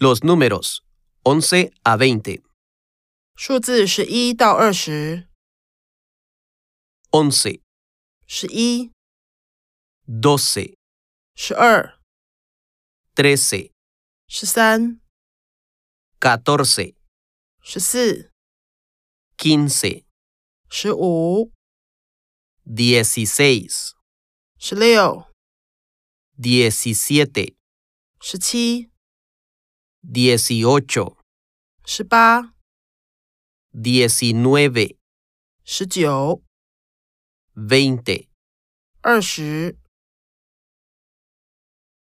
Los números 11 a 20. 数字十一到二十， 11, 十一、 12, 十二、 13, 十三、 14, 十四、 15, 十五、 16, 十六、 17, 十七、 18, 十八、 19, 十九、 20, 二十、